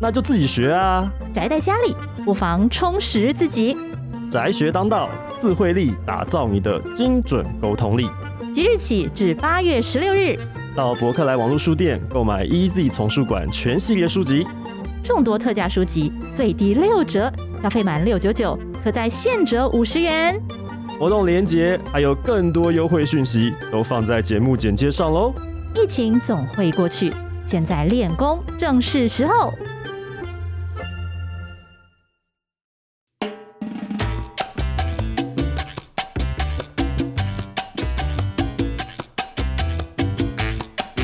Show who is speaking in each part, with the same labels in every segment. Speaker 1: 那就自己学啊！
Speaker 2: 宅在家里，不妨充实自己。
Speaker 1: 宅学当道，智慧力打造你的精准沟通力。
Speaker 2: 即日起至八月十六日，
Speaker 1: 到博客来网络书店购买 EZ 丛书馆全系列书籍。
Speaker 2: 众多特价书籍最低六折，消费满六九九可再现折五十元。
Speaker 1: 活动链接还有更多优惠讯息都放在节目简介上喽。
Speaker 2: 疫情总会过去，现在练功正是时候。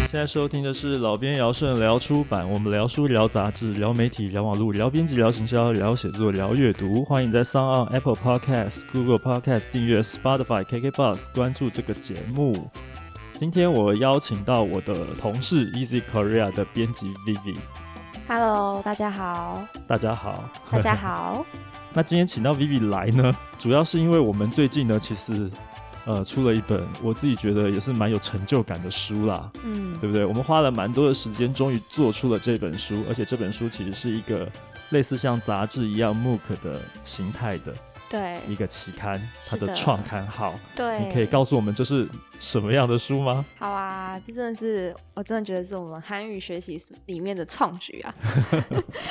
Speaker 1: 现在收听的是老编姚顺聊出版，我们聊书、聊杂志、聊媒体、聊网络、聊编辑、聊行销、聊写作、聊阅读。欢迎在 s o n Apple Podcast、Google Podcast 订阅 Spotify、KKBox 关注这个节目。今天我邀请到我的同事 Easy Korea 的编辑 Vivi，
Speaker 3: Hello，大 家好，
Speaker 1: 大家好，
Speaker 3: 大家好。
Speaker 1: 那今天请到 Vivi 来呢，主要是因为我们最近呢，其实呃出了一本我自己觉得也是蛮有成就感的书啦，
Speaker 3: 嗯，
Speaker 1: 对不对？我们花了蛮多的时间，终于做出了这本书，而且这本书其实是一个类似像杂志一样 MOOC 的形态的
Speaker 3: 对
Speaker 1: 一个期刊，它
Speaker 3: 是的
Speaker 1: 的创刊号。
Speaker 3: 对，
Speaker 1: 你可以告诉我们这是什么样的书吗？
Speaker 3: 好啊，这真的是，我真的觉得是我们韩语学习里面的创举 啊。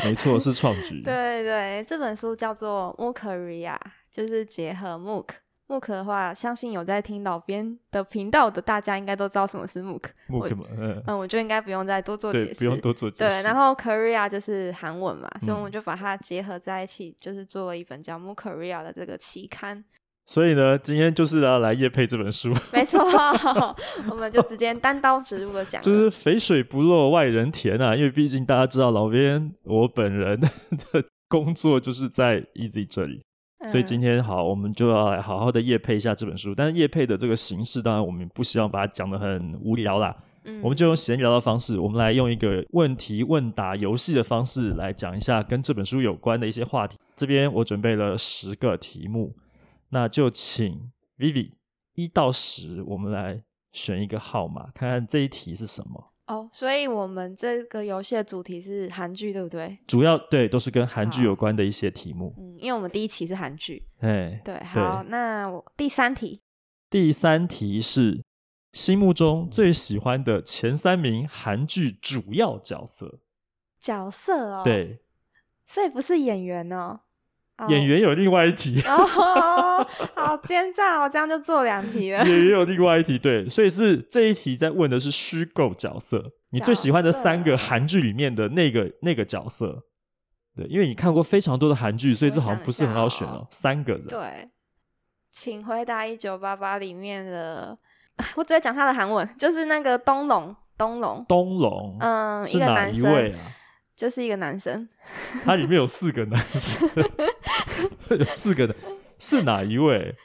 Speaker 1: 没错，是创举。
Speaker 3: 对对，这本书叫做《Mookeria》，就是结合 Mook。Mook 的话，相信有在听老编的频道的大家，应该都知道什么是 Mook。我
Speaker 1: MOOC 嘛，嗯，
Speaker 3: 嗯，我就应该不用再多做解
Speaker 1: 对，
Speaker 3: 释。
Speaker 1: 不用多做解
Speaker 3: 对
Speaker 1: 释。
Speaker 3: 然后 Korea 就是韩文嘛，所以我
Speaker 1: 嗯
Speaker 3: 们就把它结合在一起，就是做了一本叫《Mookeria》的这个期刊。
Speaker 1: 所以呢，今天就是要来夜配这本书，
Speaker 3: 没错，我们就直接单刀直入的讲了，
Speaker 1: 就是肥水不落外人田啊，因为毕竟大家知道老编我本人的工作就是在 Easy 这里，
Speaker 3: 嗯
Speaker 1: 所以今
Speaker 3: 天、
Speaker 1: 天好，我们就要来好好的夜配一下这本书。但是夜配的这个形式，当然我们不希望把它讲得很无聊啦，
Speaker 3: 嗯
Speaker 1: 我们就用闲聊的方式，我们来用一个问题问答游戏的方式来讲一下跟这本书有关的一些话题。这边我准备了十个题目，那就请 Vivi 一到十，我们来选一个号码，看看这一题是什么。
Speaker 3: 哦，所以我们这个游戏的主题是韩剧，对不对？
Speaker 1: 主要对都是跟韩剧
Speaker 3: 好
Speaker 1: 有关的一些题目。
Speaker 3: 嗯，因为我们第一期是韩剧，
Speaker 1: 哎，
Speaker 3: 对，好，那我第三题，
Speaker 1: 第三题是心目中最喜欢的前三名韩剧主要角色。
Speaker 3: 角色哦，，
Speaker 1: 对，
Speaker 3: 所以不是演员哦，哦
Speaker 1: 演。员有另外一题，
Speaker 3: 哦，好奸诈哦！这样就做两题了
Speaker 1: 演。员有另外一题，对，所以是这一题在问的是虚构角色，你最喜欢的三个
Speaker 3: 角色啊
Speaker 1: 韩剧里面的那个那个角色。对，因为你看过非常多的韩剧，所以这好像不是很好选
Speaker 3: 我
Speaker 1: 哦
Speaker 3: 想一下哦。
Speaker 1: 三个人，
Speaker 3: 对，请回答一九八八里面的，我只会讲他的韩文，就是那个东龙，东龙，
Speaker 1: 东龙，
Speaker 3: 嗯，
Speaker 1: 是
Speaker 3: 个
Speaker 1: 哪
Speaker 3: 男
Speaker 1: 一
Speaker 3: 生，
Speaker 1: 位啊？
Speaker 3: 就是一个男生，
Speaker 1: 它里面有四个男生， 有四个的，是哪一位？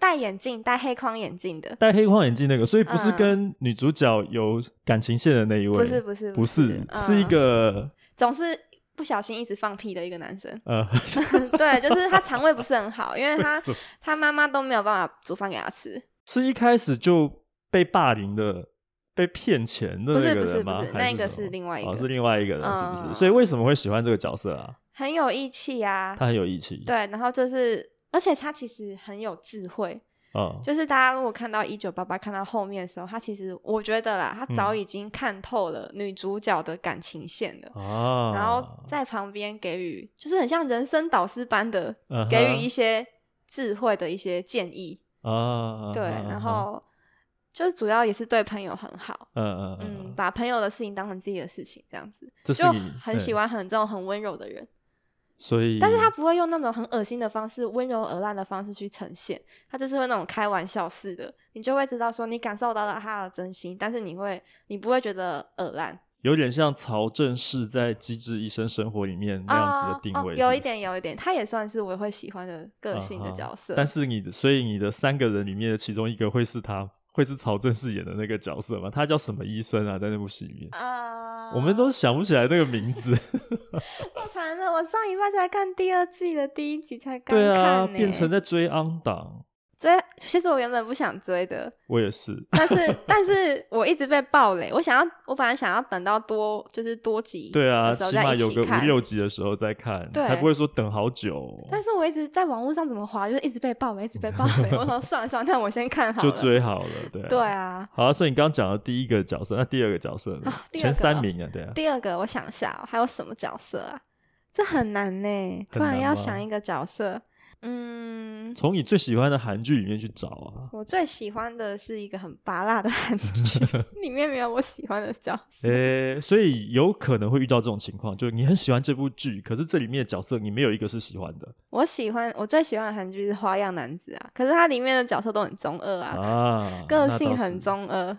Speaker 3: 戴眼镜、戴黑框眼镜的，
Speaker 1: 戴黑框眼镜那个，所以不是跟女主角有感情线的那一位，
Speaker 3: 嗯不是不是
Speaker 1: 不是，
Speaker 3: 嗯
Speaker 1: 是一个。
Speaker 3: 总是不小心一直放屁的一个男生
Speaker 1: 呃，
Speaker 3: 对，就是他肠胃不是很好，因为 他
Speaker 1: 是
Speaker 3: 他妈妈都没有办法煮饭给他吃。
Speaker 1: 是一开始就被霸凌的、被骗钱的
Speaker 3: 不
Speaker 1: 那
Speaker 3: 是
Speaker 1: 个
Speaker 3: 不是
Speaker 1: 人吗？
Speaker 3: 不是
Speaker 1: 还
Speaker 3: 那个
Speaker 1: 什么
Speaker 3: 是另外一
Speaker 1: 哦，
Speaker 3: 个
Speaker 1: 是另外一个人，是不是？
Speaker 3: 嗯
Speaker 1: 所以为什么会喜欢这个角色啊？
Speaker 3: 很有义气啊，
Speaker 1: 他很有义气，，
Speaker 3: 对，然后就是，而且他其实很有智慧，
Speaker 1: 嗯，
Speaker 3: 就是大家如果看到一九八八看到后面的时候，他其实我觉得啦，他早
Speaker 1: 嗯
Speaker 3: 已经看透了女主角的感情线了，
Speaker 1: 啊，
Speaker 3: 然后在旁边给予，就是很像人生导师般的
Speaker 1: 嗯哼
Speaker 3: 给予一些智慧的一些建议，
Speaker 1: 啊，
Speaker 3: 对，
Speaker 1: 啊
Speaker 3: 然，后就是主要也是对朋友很好，
Speaker 1: 啊嗯嗯
Speaker 3: 嗯，
Speaker 1: 嗯，
Speaker 3: 把朋友的事情当成自己的事情，这样子
Speaker 1: 这是
Speaker 3: 就
Speaker 1: 你
Speaker 3: 很喜，
Speaker 1: 嗯
Speaker 3: 欢很这种很温柔的人，
Speaker 1: 所以，
Speaker 3: 但是他不会用那种很恶心的方式、温柔而烂的方式去呈现，他就是会那种开玩笑式的，你就会知道说你感受到了他的真心，但是你会你不会觉得耳烂，
Speaker 1: 有点像曹正奭在《机智医生生活》里面那样子的定
Speaker 3: 哦哦
Speaker 1: 位，
Speaker 3: 有
Speaker 1: 是
Speaker 3: 一
Speaker 1: 不
Speaker 3: 点
Speaker 1: 是
Speaker 3: 有一点，他也算是我会喜欢的个性的
Speaker 1: 嗯哼
Speaker 3: 角色。
Speaker 1: 但是你的，所以你的三个人里面的其中一个会是他，会是曹正饰演的那个角色吗？他叫什么医生啊？在那部戏里面，
Speaker 3: 啊，
Speaker 1: 我们都想不起来那个名 字。
Speaker 3: 太惨啊了，我上一半才看第二季的第一集才刚看、
Speaker 1: 对
Speaker 3: 呢。
Speaker 1: 啊，变成在追昂档，
Speaker 3: 追，其实我原本不想追的，
Speaker 1: 我也是。
Speaker 3: 但是 但是我一直被暴雷，我想要，我本来想要等到多就是多集
Speaker 1: 对啊，
Speaker 3: 的时候
Speaker 1: 起
Speaker 3: 再
Speaker 1: 码
Speaker 3: 一
Speaker 1: 有
Speaker 3: 起
Speaker 1: 个
Speaker 3: 看
Speaker 1: 五。六集的时候再看，
Speaker 3: 对
Speaker 1: 才不会说等好久。
Speaker 3: 但是我一直在网络上怎么滑，就是一直被暴雷，一直被暴 雷。我说算了算了，那我先看好
Speaker 1: 就
Speaker 3: 了。
Speaker 1: 追好了，对、啊。
Speaker 3: 对啊，
Speaker 1: 好啊，所以你刚刚讲的第一个角色，那第二个角色呢？
Speaker 3: 啊第二
Speaker 1: 前
Speaker 3: 个
Speaker 1: 三名啊，对啊。
Speaker 3: 第二个我想一下、哦，还有什么角色啊？这很难呢，突然
Speaker 1: 难
Speaker 3: 要
Speaker 1: 吗
Speaker 3: 想一个角色。嗯，
Speaker 1: 从你最喜欢的韩剧里面去找啊。
Speaker 3: 我最喜欢的是一个很拔辣的韩 剧，里面没有我喜欢的角色。
Speaker 1: 诶、呃所以有可能会遇到这种情况，就是你很喜欢这部剧，可是这里面的角色你没有一个是喜欢的
Speaker 3: 我喜欢我最喜欢的韩剧是《花样男子》啊，可是它里面的角色都很中二啊，
Speaker 1: 啊，
Speaker 3: 个
Speaker 1: 那倒
Speaker 3: 性
Speaker 1: 是
Speaker 3: 很。中二。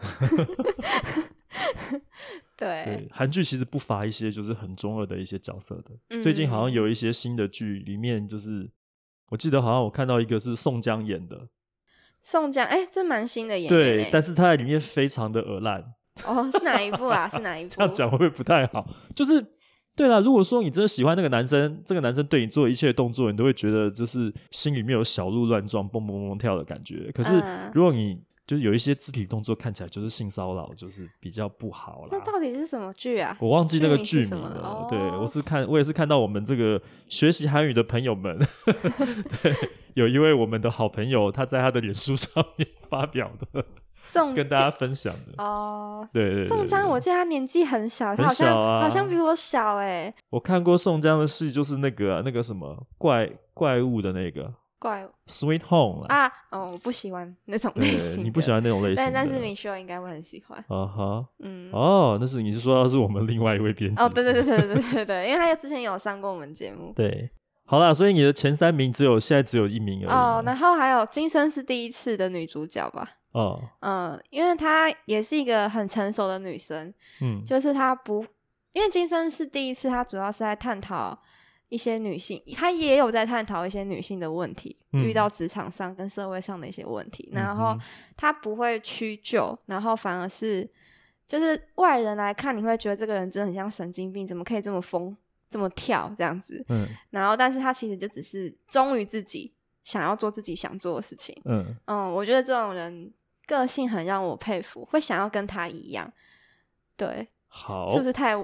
Speaker 3: 对哎
Speaker 1: 对，韩剧其实不乏一些就是很中二的一些角色的。
Speaker 3: 嗯
Speaker 1: 最近好像有一些新的剧，里面就是我记得好像我看到一个是宋江演的，
Speaker 3: 宋江，哎、这蛮新的演员、
Speaker 1: 对
Speaker 3: 欸。，
Speaker 1: 但是他在里面非常的恶烂，
Speaker 3: 哦，是哪一部啊？是哪一部？
Speaker 1: 这样讲会不会不太好？就是对啦，如果说你真的喜欢那个男生，这个男生对你做的一切动作，你都会觉得就是心里面有小鹿乱撞、蹦蹦蹦跳的感觉。可是
Speaker 3: 嗯
Speaker 1: 如果你就是有一些肢体动作看起来就是性骚扰，就是比较不好
Speaker 3: 这
Speaker 1: 啦。
Speaker 3: 到底是什么剧啊？
Speaker 1: 我忘记那个剧名
Speaker 3: 是什么了
Speaker 1: 了，对
Speaker 3: 哦
Speaker 1: 我是看我也是看到我们这个学习韩语的朋友们， 对，有一位我们的好朋友，他在他的脸书上面发表的，
Speaker 3: 宋
Speaker 1: 跟大家分享的，
Speaker 3: 哦。
Speaker 1: 对对对对
Speaker 3: 宋江，
Speaker 1: 对
Speaker 3: 我记得他年纪很小，
Speaker 1: 很
Speaker 3: 他好像
Speaker 1: 小啊
Speaker 3: 好像比我小哎、
Speaker 1: 我看过宋江的戏，就是那个啊、那个什么怪怪物的那个
Speaker 3: 怪
Speaker 1: 《Sweet Home》啦。
Speaker 3: 啊，哦，我不喜欢那种
Speaker 1: 对
Speaker 3: 类型的，
Speaker 1: 你不喜欢那种类型的？
Speaker 3: 但但是米秀应该会很喜欢，
Speaker 1: 啊哈
Speaker 3: 嗯，
Speaker 1: 哦，那是你是说他是我们另外一位编辑？
Speaker 3: 哦，对对
Speaker 1: 是
Speaker 3: 对
Speaker 1: 吗
Speaker 3: 对对对对对，因为他之前有上过我们节目。
Speaker 1: 对。好啦，所以你的前三名只有现在只有一名而已嘛。
Speaker 3: 哦，然后还有《今生是第一次》的女主角吧，
Speaker 1: 哦，
Speaker 3: 嗯，因为她也是一个很成熟的女生，
Speaker 1: 嗯，
Speaker 3: 就是她不，因为《今生是第一次》，她主要是在探讨一些女性，她也有在探讨一些女性的问题，
Speaker 1: 嗯
Speaker 3: 遇到职场上跟社会上的一些问题，
Speaker 1: 嗯
Speaker 3: 然后
Speaker 1: 哼
Speaker 3: 她不会屈就，然后反而是就是外人来看，你会觉得这个人真的很像神经病，怎么可以这么疯，这么跳这样子，
Speaker 1: 嗯
Speaker 3: 然后，但是他其实就只是忠于自己，想要做自己想做的事情。
Speaker 1: 嗯
Speaker 3: 嗯，我觉得这种人个性很让我佩服，会想要跟他一样。对，
Speaker 1: 好，
Speaker 3: 是不是太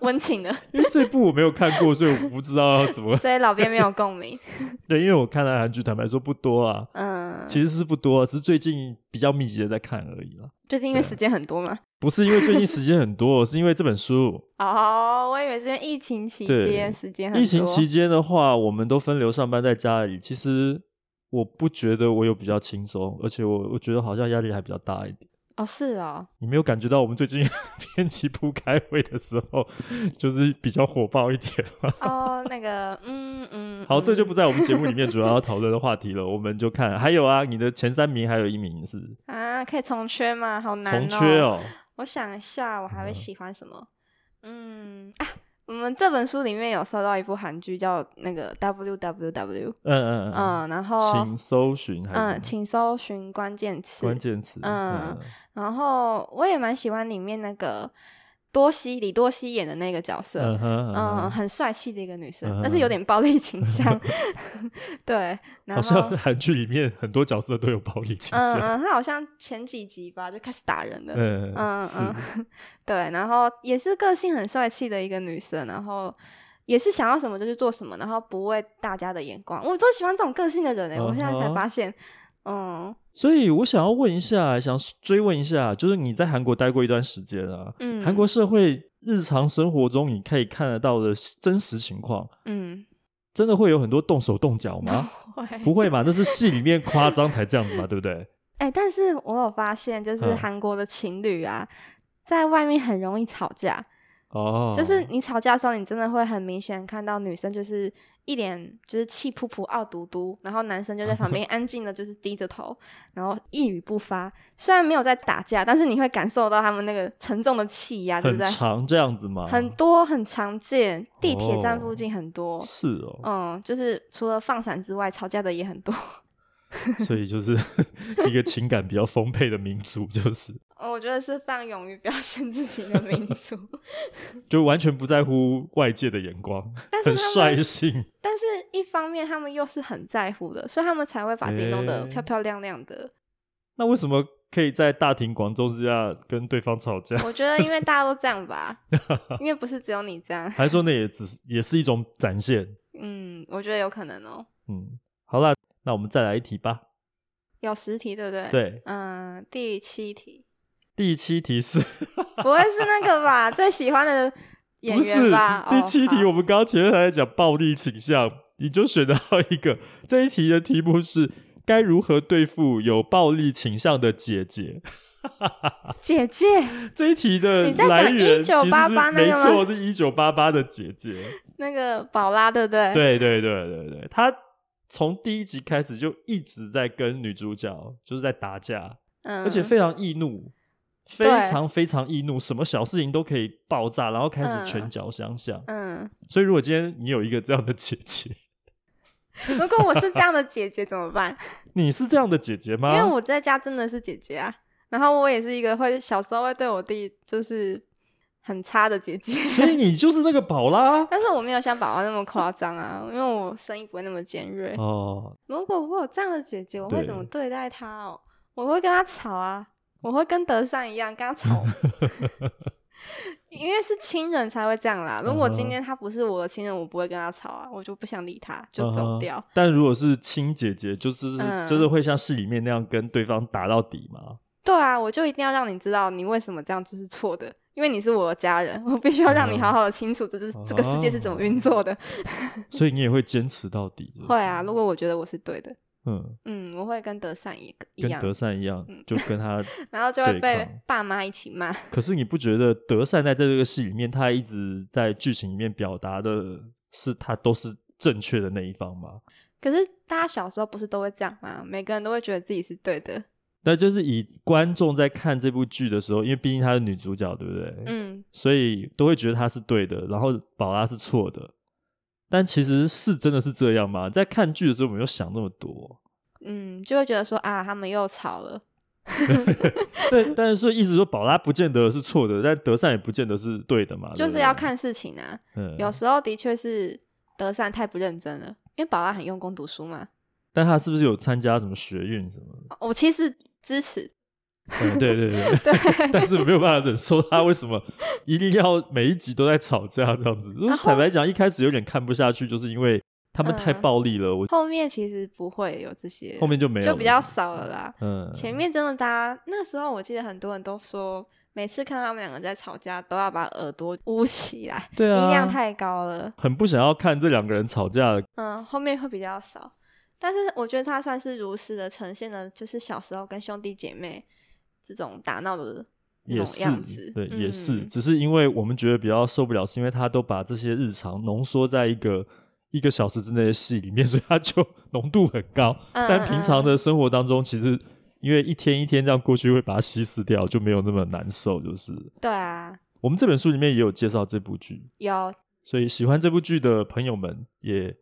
Speaker 3: 温情 了？
Speaker 1: 因为这部我没有看过，所以我不知道要怎么。
Speaker 3: 所以老编没有共鸣。
Speaker 1: 对，因为我看的韩剧，坦白说不多啊，
Speaker 3: 嗯，
Speaker 1: 其实是不多，啊只是最近比较密集的在看而已啦。
Speaker 3: 最近因为
Speaker 1: 对啊
Speaker 3: 时间很多嘛。
Speaker 1: 不是因为最近时间很多，是因为这本书。
Speaker 3: 哦，我以为是因为疫情期
Speaker 1: 对
Speaker 3: 间时间很多。
Speaker 1: 疫情期间的话，我们都分流上班在家里。其实我不觉得我有比较轻松，而且我我觉得好像压力还比较大一点。
Speaker 3: 哦，是 哦，
Speaker 1: 你没有感觉到我们最近 编辑部开会的时候，就是比较火爆一点吗？
Speaker 3: 哦，那个，嗯嗯。
Speaker 1: 好，
Speaker 3: 嗯
Speaker 1: 这就不在我们节目里面主要要讨论的话题了。我们就看，还有啊，你的前三名还有一名是
Speaker 3: 啊，可以重缺吗？好难
Speaker 1: 重缺哦，
Speaker 3: 我想一下，我还会
Speaker 1: 嗯
Speaker 3: 喜欢什么？嗯啊，我们这本书里面有收到一部韩剧叫那个 W W W，
Speaker 1: 嗯嗯嗯，
Speaker 3: 嗯，然后
Speaker 1: 请搜寻还是什
Speaker 3: 嗯，
Speaker 1: 么
Speaker 3: 请搜寻关键词，
Speaker 1: 关键词，
Speaker 3: 嗯
Speaker 1: 嗯，
Speaker 3: 然后我也蛮喜欢里面那个多西李多西演的那个角色，
Speaker 1: 嗯哼，
Speaker 3: 嗯，
Speaker 1: 嗯哼
Speaker 3: 很帅气的一个女生，
Speaker 1: 嗯
Speaker 3: 但是有点暴力倾向， 对，
Speaker 1: 好
Speaker 3: 然后
Speaker 1: 像韩剧里面很多角色都有暴力倾
Speaker 3: 哦嗯
Speaker 1: 向，
Speaker 3: 嗯，他好像前几集吧就开始打人了，
Speaker 1: 嗯
Speaker 3: 嗯
Speaker 1: 是
Speaker 3: 嗯， 对，然后也是个性很帅气的一个女生，然后也是想要什么就去做什么，然后不畏大家的眼光，我都喜欢这种个性的人哎、我现在
Speaker 1: 嗯
Speaker 3: 才
Speaker 1: 哼
Speaker 3: 发现，嗯
Speaker 1: 所以我想要问一下，想追问一下，就是你在韩国待过一段时间啊，
Speaker 3: 嗯
Speaker 1: 韩国社会日常生活中你可以看得到的真实情况，
Speaker 3: 嗯，
Speaker 1: 真的会有很多动手动脚吗？
Speaker 3: 会
Speaker 1: 不会嘛，那是戏里面夸张才这样子嘛，对不对？
Speaker 3: 哎、但是我有发现，就是
Speaker 1: 嗯
Speaker 3: 韩国的情侣啊，在外面很容易吵架，
Speaker 1: 哦，
Speaker 3: 就是你吵架的时候，你真的会很明显看到女生就是一脸就是气扑扑、傲嘟嘟，然后男生就在旁 边安静的，就是低着头，然后一语不发。虽然没有在打架，但是你会感受到他们那个沉重的气压，对不
Speaker 1: 很
Speaker 3: 对？
Speaker 1: 长这样子吗？
Speaker 3: 很多很常见，地铁站附
Speaker 1: 哦
Speaker 3: 近很多。
Speaker 1: 是哦，
Speaker 3: 嗯，就是除了放闪之外，吵架的也很多。 哦
Speaker 1: 所以就是 一个情感比较丰沛的民族，就是
Speaker 3: 哦我觉得是放勇于表现自己的民族，
Speaker 1: 就完全不在乎外界的眼光，
Speaker 3: 但是
Speaker 1: 很
Speaker 3: 他们
Speaker 1: 率性。
Speaker 3: 但是一方面他们又是很在乎的，所以他们才会把自己弄得
Speaker 1: 诶
Speaker 3: 漂漂亮亮的。
Speaker 1: 那为什么可以在大庭广众之下跟对方吵架？
Speaker 3: 我觉得因为大家都这 样吧，因为不是只有你这样。
Speaker 1: 还是说那也只是也是一种展现？
Speaker 3: 嗯，我觉得有可能哦。
Speaker 1: 嗯，好啦，那我们再来一题吧。
Speaker 3: 有十题对不对？。
Speaker 1: 对，
Speaker 3: 嗯，第七题
Speaker 1: 第七题是
Speaker 3: 不会是那个吧？ 最喜欢的演
Speaker 1: 不是
Speaker 3: 员吧？
Speaker 1: 第
Speaker 3: 哦
Speaker 1: 七题，
Speaker 3: 好
Speaker 1: 我们刚刚前面还在讲暴力倾向，你就选到一个这一题的题目是该如何对付有暴力倾向的姐姐。
Speaker 3: 姐姐
Speaker 1: 这一题的
Speaker 3: 你在讲
Speaker 1: 来源其实
Speaker 3: 1988
Speaker 1: 是
Speaker 3: 那个
Speaker 1: 没
Speaker 3: 吗
Speaker 1: 错，是一九八八的姐 姐。
Speaker 3: 那个宝拉对不对？。
Speaker 1: 对对对对对，她从第一集开始就一直在跟女主角就是在打架，
Speaker 3: 嗯，
Speaker 1: 而且非常易怒，非
Speaker 3: 对
Speaker 1: 常非常易怒，什么小事情都可以爆炸，然后开
Speaker 3: 嗯
Speaker 1: 始拳脚相向。
Speaker 3: 嗯，
Speaker 1: 所以如果今天你有一个这样的姐姐，
Speaker 3: 如果我是这样的姐姐怎么办？
Speaker 1: 你是这样的姐姐吗？
Speaker 3: 因为我在家真的是姐姐啊，然后我也是一个会小时候会对我弟就是很差的姐姐，
Speaker 1: 所以你就是那个宝拉
Speaker 3: 但是我没有像宝宝那么夸张啊，因为我声音不会那么尖锐。
Speaker 1: 哦。
Speaker 3: 如果我有这样的姐姐，我会
Speaker 1: 对
Speaker 3: 怎么对待她哦？我会跟她吵啊，我会跟德善一样跟 她吵，因为是亲人才会这样啦。如果
Speaker 1: 嗯
Speaker 3: 今
Speaker 1: 哼
Speaker 3: 天她不是我的亲人，我不会跟她吵啊，我就不想理她，就走掉。
Speaker 1: 嗯哼但如果是亲姐姐，就是、
Speaker 3: 嗯
Speaker 1: 就是会像戏里面那样跟对方打到底吗？
Speaker 3: 对啊，我就一定要让你知道你为什么这样就是错的，因为你是我的家人，我必须要让你
Speaker 1: 嗯哦
Speaker 3: 好好的清楚这是、这个世界是怎么运作的。
Speaker 1: 所以你也会坚持到底。就是
Speaker 3: 会啊，如果我觉得我是对的，
Speaker 1: 嗯，
Speaker 3: 嗯，我会跟德善一个一
Speaker 1: 跟
Speaker 3: 样，
Speaker 1: 德善一样
Speaker 3: 嗯，
Speaker 1: 就跟 他。
Speaker 3: 然后就会
Speaker 1: 对
Speaker 3: 被
Speaker 1: 抗
Speaker 3: 爸妈一起骂。
Speaker 1: 可是你不觉得德善在这个戏里面，他一直在剧情里面表达的是他都是正确的那一方吗？
Speaker 3: 可是大家小时候不是都会这样吗？每个人都会觉得自己是对的。
Speaker 1: 那就是以观众在看这部剧的时候，因为毕竟她是女主角，对不对？
Speaker 3: 嗯，
Speaker 1: 所以都会觉得他是对的，然后宝拉是错的。但其实是真的是这样吗？在看剧的时候，我们有想那么 多，
Speaker 3: 嗯，就会觉得说啊，他们又吵了。
Speaker 1: 对，但是说意思说宝拉不见得是错的，但德善也不见得是对的嘛，
Speaker 3: 就是
Speaker 1: 啊对不对
Speaker 3: 要，看事情啊。
Speaker 1: 嗯，
Speaker 3: 有时候的确是德善太不认真了，因为宝拉很用功读书嘛。
Speaker 1: 但他是不是有参加什么学运什么的？
Speaker 3: 我其实支持，
Speaker 1: 嗯，对对对，
Speaker 3: 对
Speaker 1: 但是没有办法忍受他为什么一定要每一集都在吵架这样 子。如果
Speaker 3: 然后
Speaker 1: 坦白讲，一开始有点看不下去，就是因为他们太
Speaker 3: 嗯
Speaker 1: 暴力了，我
Speaker 3: 后面其实不会有这些，
Speaker 1: 后面就没有
Speaker 3: 就
Speaker 1: 了
Speaker 3: 比较
Speaker 1: 是不是
Speaker 3: 少了啦。
Speaker 1: 嗯，
Speaker 3: 前面真的大家那时候我记得很多人都说，每次看到他们两个在吵架，都要把耳朵捂起来，
Speaker 1: 对啊，
Speaker 3: 音量太高了。
Speaker 1: 很不想要看这两个人吵架的
Speaker 3: 嗯，后面会比较少，但是我觉得他算是如实的呈现了，就是小时候跟兄弟姐妹这种打闹的那
Speaker 1: 也
Speaker 3: 种
Speaker 1: 是
Speaker 3: 样子，
Speaker 1: 对，也是，
Speaker 3: 嗯
Speaker 1: 只是因为我们觉得比较受不了，是因为他都把这些日常浓缩在一个一个小时之内的戏里面，所以他就浓度很高。
Speaker 3: 嗯
Speaker 1: 但平常的生活当中，其实因为一天一天这样过去，会把它稀释掉，就没有那么难受。就是
Speaker 3: 对啊，
Speaker 1: 我们这本书里面也有介绍这部剧，
Speaker 3: 有
Speaker 1: 所以喜欢这部剧的朋友们也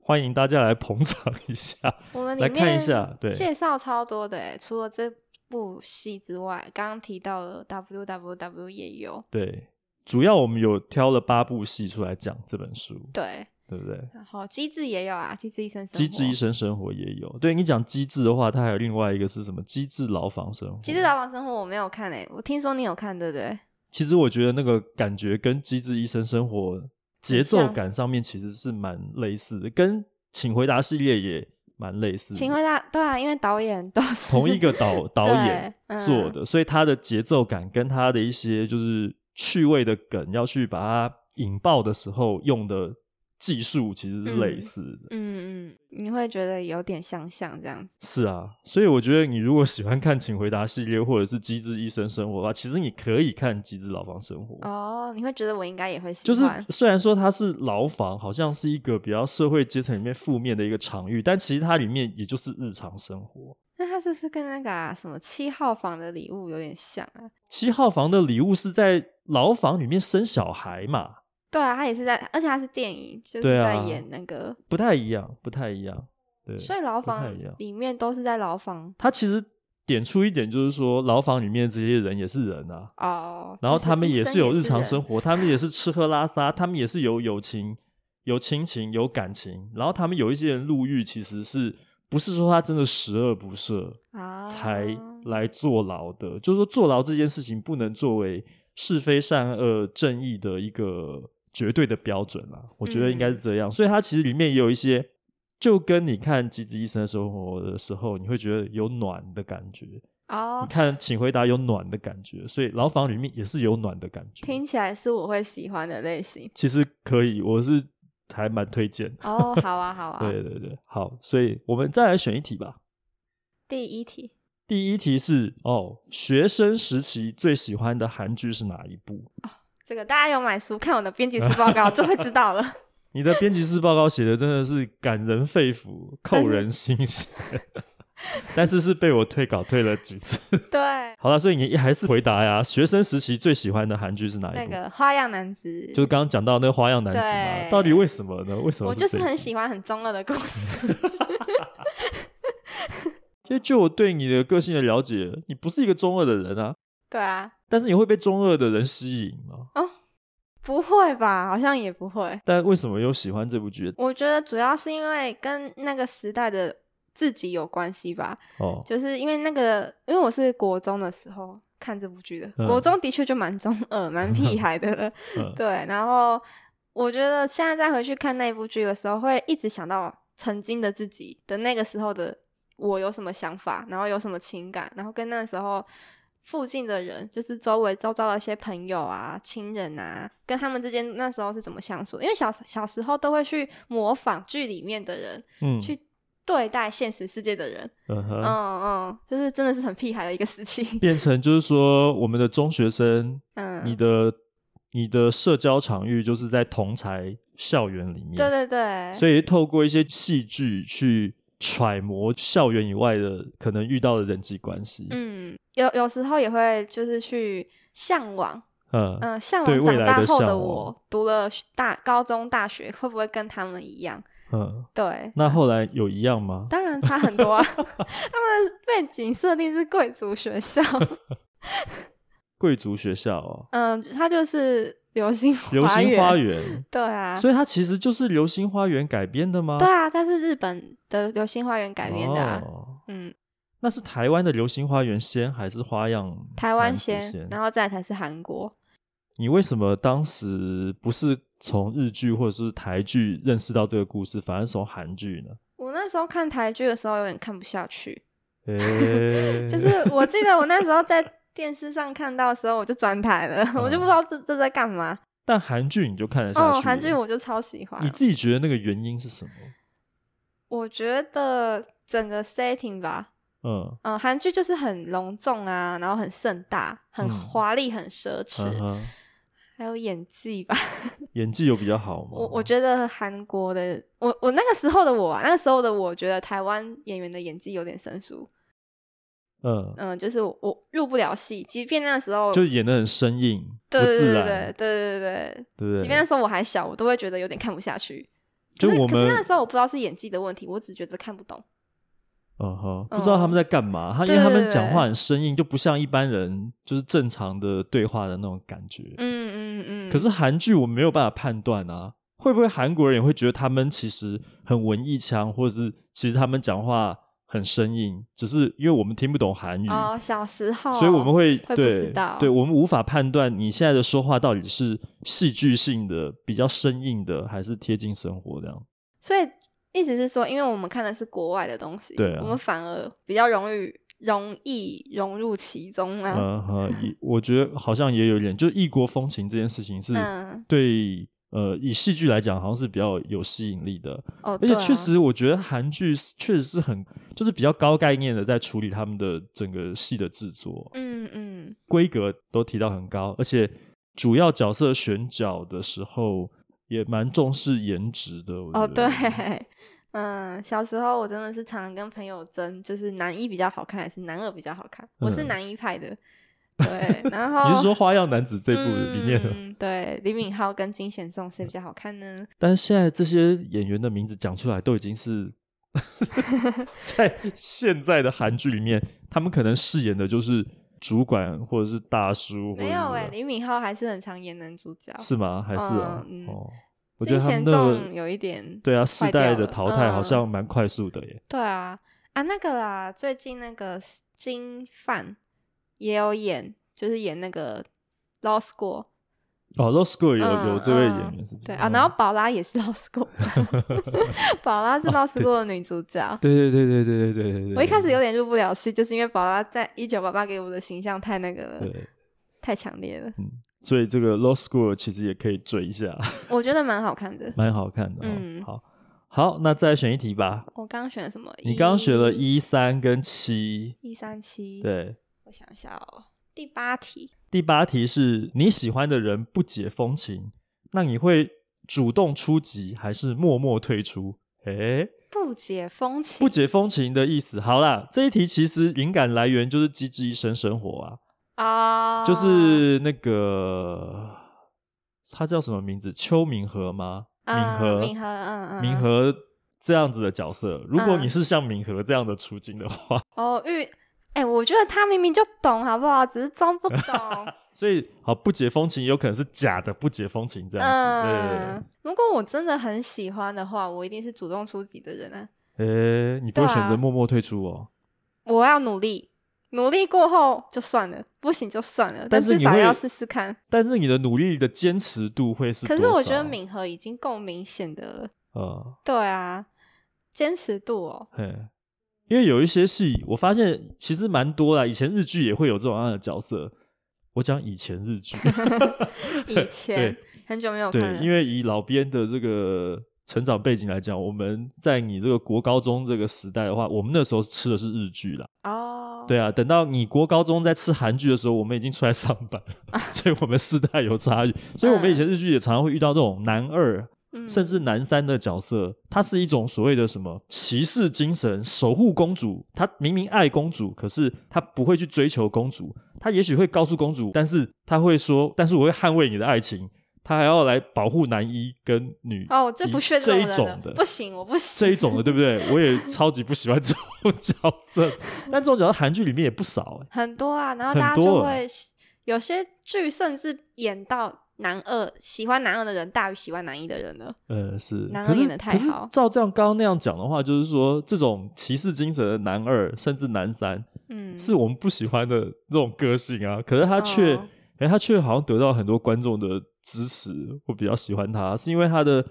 Speaker 1: 欢迎大家来捧场一下，
Speaker 3: 我们里
Speaker 1: 来看一
Speaker 3: 面
Speaker 1: 下。对，
Speaker 3: 介绍超多的欸，除了这部戏之外，刚刚提到了 W W W 也有，
Speaker 1: 对，主要我们有挑了八部戏出来讲这本书，
Speaker 3: 对，
Speaker 1: 对不对？
Speaker 3: 然后机智也有啊，机智医生生
Speaker 1: 机智
Speaker 3: 活
Speaker 1: 医，生生活也有，对你讲机智的话，它还有另外一个是什么？机智牢房生活。
Speaker 3: 机智牢房生活我没有看诶，我听说你有看对不对？
Speaker 1: 其实我觉得那个感觉跟机智医生生活节奏
Speaker 3: 像
Speaker 1: 感上面其实是蛮类似的，跟请回答系列也蛮类似的。
Speaker 3: 请回答，对啊，因为导演都是
Speaker 1: 同一个导导演
Speaker 3: 对嗯
Speaker 1: 做的，所以他的节奏感跟他的一些就是趣味的梗，要去把它引爆的时候用的技术其实是类似的。
Speaker 3: 嗯嗯，你会觉得有点相像这样子。
Speaker 1: 是啊，所以我觉得你如果喜欢看《请回答》系列或者是《机智医生生活》的话，其实你可以看《机智牢房生活》
Speaker 3: 哦，你会觉得我应该也会喜
Speaker 1: 就是
Speaker 3: 欢。
Speaker 1: 虽然说它是牢房，好像是一个比较社会阶层里面负面的一个场域，但其实它里面也就是日常生活。
Speaker 3: 那它是不是跟那个、啊、什么七号房的礼物有点像啊？
Speaker 1: 七号房的礼物是在牢房里面生小孩嘛，
Speaker 3: 对啊，它也是在，而且它是电影，就是
Speaker 1: 对啊
Speaker 3: 在演那个，
Speaker 1: 不太一样，不太一样。对，
Speaker 3: 所以牢
Speaker 1: 不太
Speaker 3: 房
Speaker 1: 一样
Speaker 3: 里面都是在牢房
Speaker 1: 他其实点出一点，就是说牢房里面这些人也是人啊，
Speaker 3: 哦。
Speaker 1: 然后他们
Speaker 3: 也
Speaker 1: 是有日常
Speaker 3: 活。
Speaker 1: 生活，他们也是吃喝拉撒，他们也是有友情、有亲情、有感情。然后他们有一些人入狱，其实是不是说他真的十恶不赦
Speaker 3: 啊
Speaker 1: 才来坐牢的？就是说坐牢这件事情不能作为是非善恶、正义的一个绝对的标准啦。我觉得应该
Speaker 3: 嗯
Speaker 1: 是这样，所以它其实里面也有一些。就跟你看《机智医生生活》的时候，你会觉得有暖的感觉。你
Speaker 3: 哦，
Speaker 1: 看《请回答》有暖的感觉，所以牢房里面也是有暖的感觉。
Speaker 3: 听起来是我会喜欢的类型。
Speaker 1: 其实可以，我是还蛮推荐的。
Speaker 3: 哦，好啊，好啊。
Speaker 1: 对对对，好，所以我们再来选一题吧。
Speaker 3: 第一题，
Speaker 1: 第一题是哦，学生时期最喜欢的韩剧是哪一部？
Speaker 3: 这个大家有买书看我的编辑室报告就会知道 了。
Speaker 1: 你的编辑室报告写的真的是感人肺腑、扣人心 弦，但是是被我退稿退了几次。
Speaker 3: 对，
Speaker 1: 好了，所以你还是回答呀，学生时期最喜欢的韩剧是哪
Speaker 3: 那
Speaker 1: 一部？
Speaker 3: 个花样男子，
Speaker 1: 就是刚刚讲到那个花样男子嘛，
Speaker 3: 对
Speaker 1: 到底为什么呢？为什么
Speaker 3: 我
Speaker 1: 是
Speaker 3: 就
Speaker 1: 这
Speaker 3: 是
Speaker 1: 一
Speaker 3: 很
Speaker 1: 部
Speaker 3: 喜欢很中二的故事。
Speaker 1: 因为就我对你的个性的了解，你不是一个中二的人啊，
Speaker 3: 对啊，
Speaker 1: 但是你会被中二的人吸引吗？
Speaker 3: 不会吧？好像也不会。
Speaker 1: 但为什么又喜欢这部剧？
Speaker 3: 我觉得主要是因为跟那个时代的自己有关系吧，
Speaker 1: 哦，
Speaker 3: 就是因为那个，因为我是国中的时候看这部剧的，
Speaker 1: 嗯
Speaker 3: 国中的确就蛮中二、蛮屁孩的 了。
Speaker 1: 嗯
Speaker 3: 对，然后我觉得现在再回去看那部剧的时候，会一直想到曾经的自己的那个时候的我有什么想法，然后有什么情感，然后跟那时候附近的人，就是周围周遭的一些朋友啊、亲人啊，跟他们之间那时候是怎么相处的？因为小小时候都会去模仿剧里面的人，
Speaker 1: 嗯，
Speaker 3: 去对待现实世界的人。
Speaker 1: 嗯哼
Speaker 3: 嗯嗯，就是真的是很屁孩的一个时 期。
Speaker 1: 变成就是说，我们的中学生，
Speaker 3: 嗯，
Speaker 1: 你的你的社交场域就是在同才校园里面，
Speaker 3: 对对对，
Speaker 1: 所以透过一些戏剧去揣摩校园以外的可能遇到的人际关系，
Speaker 3: 嗯，有有时候也会就是去向往，
Speaker 1: 嗯
Speaker 3: 嗯、向
Speaker 1: 对
Speaker 3: 往
Speaker 1: 未
Speaker 3: 长
Speaker 1: 来
Speaker 3: 大
Speaker 1: 的
Speaker 3: 后
Speaker 1: 向
Speaker 3: 的
Speaker 1: 往
Speaker 3: 我，读了大高中、大学会不会跟他们一样？
Speaker 1: 嗯，
Speaker 3: 对，
Speaker 1: 那后来有一样吗？
Speaker 3: 当然差很多啊。他们的背景设定是贵族学校，
Speaker 1: 贵族学校哦，
Speaker 3: 嗯、它就是流星
Speaker 1: 流
Speaker 3: 花
Speaker 1: 星
Speaker 3: 园，
Speaker 1: 花园，
Speaker 3: 对啊，
Speaker 1: 所以它其实就是《流星花园》改编的吗？
Speaker 3: 对啊，它是日本的流星花园改编的啊，
Speaker 1: 哦、
Speaker 3: 嗯，
Speaker 1: 那是台湾的《流星花园》先，还是花样
Speaker 3: 台湾
Speaker 1: 男子
Speaker 3: 先，然后再来才是韩国。
Speaker 1: 你为什么当时不是从日剧或者是台剧认识到这个故事，反而是从韩剧呢？
Speaker 3: 我那时候看台剧的时候有点看不下去，
Speaker 1: 诶
Speaker 3: 就是我记得我那时候在电视上看到的时候，我就转台了，我就不知道这这在干嘛。
Speaker 1: 但韩剧你就看得下哦去了。
Speaker 3: 哦，韩剧我就超喜欢
Speaker 1: 你。自己觉得那个原因是什么？
Speaker 3: 我觉得整个 setting 吧，
Speaker 1: 嗯，
Speaker 3: 嗯、韩剧就是很隆重啊，然后很盛大、很
Speaker 1: 嗯
Speaker 3: 华丽、很奢侈，
Speaker 1: 嗯哼
Speaker 3: 还有演技吧。
Speaker 1: 演技有比较好吗？
Speaker 3: 我我觉得韩国的，我我那个时候的我、啊，那个时候的我觉得台湾演员的演技有点生
Speaker 1: 嗯
Speaker 3: 疏，
Speaker 1: 得，嗯，
Speaker 3: 嗯、就是我我入不了戏，即便那时候
Speaker 1: 就演的很生硬，
Speaker 3: 哦对对
Speaker 1: 不自
Speaker 3: 对对
Speaker 1: 然
Speaker 3: 对，对对对，
Speaker 1: 对不
Speaker 3: 即便那
Speaker 1: 对？
Speaker 3: 时候我还小，我都会觉得有点看不下去。
Speaker 1: 就
Speaker 3: 可是
Speaker 1: 我
Speaker 3: 可是
Speaker 1: 们
Speaker 3: 那时候我不知道是演技的问题，我只觉得看不懂。
Speaker 1: 嗯哼，不知道他们在干嘛。他因为
Speaker 3: 对
Speaker 1: 他
Speaker 3: 对
Speaker 1: 们
Speaker 3: 对
Speaker 1: 讲话很生硬，就不像一般人就是正常的对话的那种感觉。
Speaker 3: 嗯嗯嗯。
Speaker 1: 可是韩剧我没有办法判断啊，会不会韩国人也会觉得他们其实很文艺腔，或者是其实他们讲话很生硬，只是因为我们听不懂韩语，
Speaker 3: 哦，小时候，
Speaker 1: 所以我们会
Speaker 3: 会不
Speaker 1: 对
Speaker 3: 知道
Speaker 1: 对，我们无法判断你现在的说话到底是戏剧性的、比较生硬的，还是贴近生活这样。
Speaker 3: 所以意思是说，因为我们看的是国外的东西，
Speaker 1: 对啊
Speaker 3: 我们反而比较容易容易融入其中啊。
Speaker 1: 呃嗯哼，也我觉得好像也有一点，就是异国风情这件事情是
Speaker 3: 嗯
Speaker 1: 对呃，以戏剧来讲，好像是比较有吸引力的。
Speaker 3: 哦，
Speaker 1: 而
Speaker 3: 对
Speaker 1: 且
Speaker 3: 啊
Speaker 1: 确实，我觉得韩剧是确实是很就是比较高概念的在处理他们的整个戏的制作，
Speaker 3: 嗯嗯，
Speaker 1: 规格都提到很高，而且主要角色选角的时候也蛮重视颜值的。我觉
Speaker 3: 哦
Speaker 1: 得
Speaker 3: 对， 嗯，小时候我真的是常常跟朋友争，就是男一比较好看还是男二比较好看，我是
Speaker 1: 嗯
Speaker 3: 男一派的，对，然后
Speaker 1: 你是说《花样男子》这部里面的？
Speaker 3: 嗯、对李敏镐跟金贤重谁比较好 看呢？
Speaker 1: 但是现在这些演员的名字讲出来，都已经 是在现在的韩剧里面，他们可能饰演的就是主管或者是大叔，或者
Speaker 3: 没有哎、
Speaker 1: 哎、
Speaker 3: 李敏镐还是很常演男主角，
Speaker 1: 是吗？还是啊？
Speaker 3: 嗯嗯
Speaker 1: 哦，我觉
Speaker 3: 金
Speaker 1: 得他们那
Speaker 3: 贤重
Speaker 1: 个
Speaker 3: 有一点，
Speaker 1: 对啊，世
Speaker 3: 坏掉
Speaker 1: 代的
Speaker 3: 了
Speaker 1: 淘汰好
Speaker 3: 嗯
Speaker 1: 像蛮快速的耶。
Speaker 3: 对啊啊那个啦，最近那个金范也有演，就是演那个 Law School，
Speaker 1: 哦，Lost School 有
Speaker 3: 嗯
Speaker 1: 有这位
Speaker 3: 嗯
Speaker 1: 演员是不是？
Speaker 3: 对啊，
Speaker 1: 嗯
Speaker 3: 然后宝拉也是 Law School，宝拉是 Law School 的女主角。
Speaker 1: 对对对对对对对哦对对，
Speaker 3: 我一开始有点入不了戏，就是因为宝拉在一九八八给我的形象太那个了，
Speaker 1: 对，嗯
Speaker 3: 太强烈了，
Speaker 1: 所以这个 Lost School 其实也可以追一下，
Speaker 3: 我觉得蛮好看的。
Speaker 1: 蛮好看的、哦。
Speaker 3: 嗯
Speaker 1: 好，好，那再选一题吧。
Speaker 3: 我刚选了什么？
Speaker 1: 你刚刚选了一三跟七，
Speaker 3: 一三七，，
Speaker 1: 对。
Speaker 3: 我想一下哦，第八题，
Speaker 1: 第八题是你喜欢的人不解风情，那你会主动出击还是默默退出？诶，
Speaker 3: 不解风情，
Speaker 1: 不解风情的意思。好啦，这一题其实灵感来源就是《机智医生生活》啊，
Speaker 3: 啊，
Speaker 1: 就是那个他叫什么名字？邱敏和吗？敏
Speaker 3: 啊
Speaker 1: 和，
Speaker 3: 敏和嗯嗯
Speaker 1: 敏
Speaker 3: 嗯
Speaker 1: 和这样子的角色。如果
Speaker 3: 嗯
Speaker 1: 你是像敏和这样的处境的话，
Speaker 3: 哦玉，哎、我觉得他明明就懂，好不好？只是装不懂。
Speaker 1: 所以好不解风情有可能是假的不解风 情这样子。对对对对
Speaker 3: 嗯，如果我真的很喜欢的话，我一定是主动出击的人啊！
Speaker 1: 诶、你不会
Speaker 3: 对啊
Speaker 1: 选择默默退出哦？
Speaker 3: 我要努力，努力过后就算了，不行就算了，
Speaker 1: 但
Speaker 3: 但
Speaker 1: 是
Speaker 3: 至
Speaker 1: 你
Speaker 3: 少
Speaker 1: 会
Speaker 3: 要试试看。
Speaker 1: 但是你的努力的坚持度会是
Speaker 3: 可
Speaker 1: 多少？啊
Speaker 3: 是我觉得敏和已经够明显的了，
Speaker 1: 呃，
Speaker 3: 对啊，坚持度 哦，
Speaker 1: 嘿，因为有一些戏，我发现其实蛮多啦。以前日剧也会有这种样的角色。我讲以前日 剧，
Speaker 3: 以前很久没有看
Speaker 1: 对，
Speaker 3: 了，
Speaker 1: 因为以老编的这个成长背景来讲，我们在你这个国高中这个时代的话，我们那时候吃的是日剧啦。
Speaker 3: 哦，
Speaker 1: 对啊，等到你国高中在吃韩剧的时候，我们已经出来上班了， 所以我们世代有差异。所以我们以前日剧也常常会遇到这种男二、
Speaker 3: 嗯，
Speaker 1: 甚至男三的角色，他是一种所谓的什么骑士精神，守护公主。他明明爱公主，可是他不会去追求公主。他也许会告诉公主，但是他会说：“但是我会捍卫你的爱情。”他还要来保护男一跟女
Speaker 3: 哦，我最
Speaker 1: 一
Speaker 3: 不屑
Speaker 1: 这
Speaker 3: 种
Speaker 1: 一
Speaker 3: 人了
Speaker 1: 种的，
Speaker 3: 不行，我不 行，
Speaker 1: 这一种的，对不对？我也超级不喜欢这种 角色，但这种角色韩剧里面也不少、欸。
Speaker 3: 很多啊，然后
Speaker 1: 很
Speaker 3: 大家就
Speaker 1: 多欸
Speaker 3: 会喜有些剧甚至演到男二喜欢男二的人大于喜欢男一的人了。
Speaker 1: 呃，是
Speaker 3: 男
Speaker 1: 可
Speaker 3: 二
Speaker 1: 是
Speaker 3: 演得太
Speaker 1: 可是
Speaker 3: 好
Speaker 1: 照这样刚刚那样讲的话，就是说这种骑士精神的男二甚至男三，
Speaker 3: 嗯，
Speaker 1: 是我们不喜欢的这种个性啊。可是他却，
Speaker 3: 哦
Speaker 1: 哎、他却好像得到很多观众的支持，我比较喜欢他，是因为他的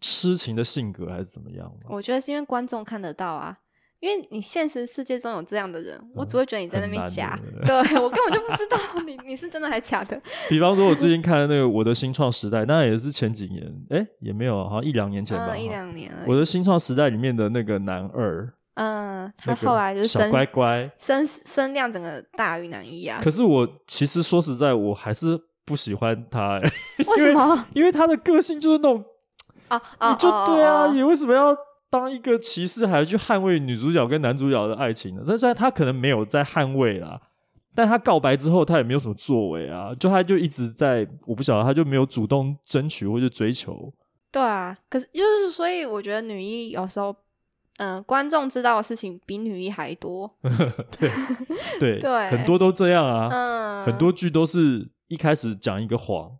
Speaker 1: 痴情的性格还是怎么样吗？
Speaker 3: 我觉得是因为观众看得到啊，因为你现实世界中有这样的人，我只会觉得你在
Speaker 1: 嗯
Speaker 3: 那
Speaker 1: 很
Speaker 3: 边
Speaker 1: 难欸
Speaker 3: 假，
Speaker 1: 的
Speaker 3: 对我根本就不知 道你你是真的还假的。
Speaker 1: 比方说，我最近看的那个《我的新创时代》，那也是前几年，哎、也没有，好像一两年前吧。
Speaker 3: 嗯，一
Speaker 1: 哈
Speaker 3: 两年而
Speaker 1: 我
Speaker 3: 已。
Speaker 1: 的新创时代里面的那个男二，
Speaker 3: 嗯，
Speaker 1: 那
Speaker 3: 他
Speaker 1: 个
Speaker 3: 后来就是
Speaker 1: 小
Speaker 3: 声
Speaker 1: 乖乖，
Speaker 3: 声声量整个大于男一啊？
Speaker 1: 可是我其实说实在，我还是不喜欢他、 欸，
Speaker 3: 为 什么？
Speaker 1: 因为他的个性就是那种，
Speaker 3: 啊啊，
Speaker 1: 你就
Speaker 3: 哦
Speaker 1: 对啊，
Speaker 3: 哦
Speaker 1: 你为什么要当一个骑士，还要去捍卫女主角跟男主角的爱情呢？虽然他可能没有在捍卫啦，但他告白之后，他也没有什么作为啊，就他就一直在，我不晓得，他就没有主动争取或者追求。
Speaker 3: 对啊，可是就是所以我觉得女一有时候，嗯、观众知道的事情比女一还 多。
Speaker 1: 对对
Speaker 3: 对
Speaker 1: 很多都这样啊，
Speaker 3: 嗯，
Speaker 1: 很多剧都是一开始讲一个谎，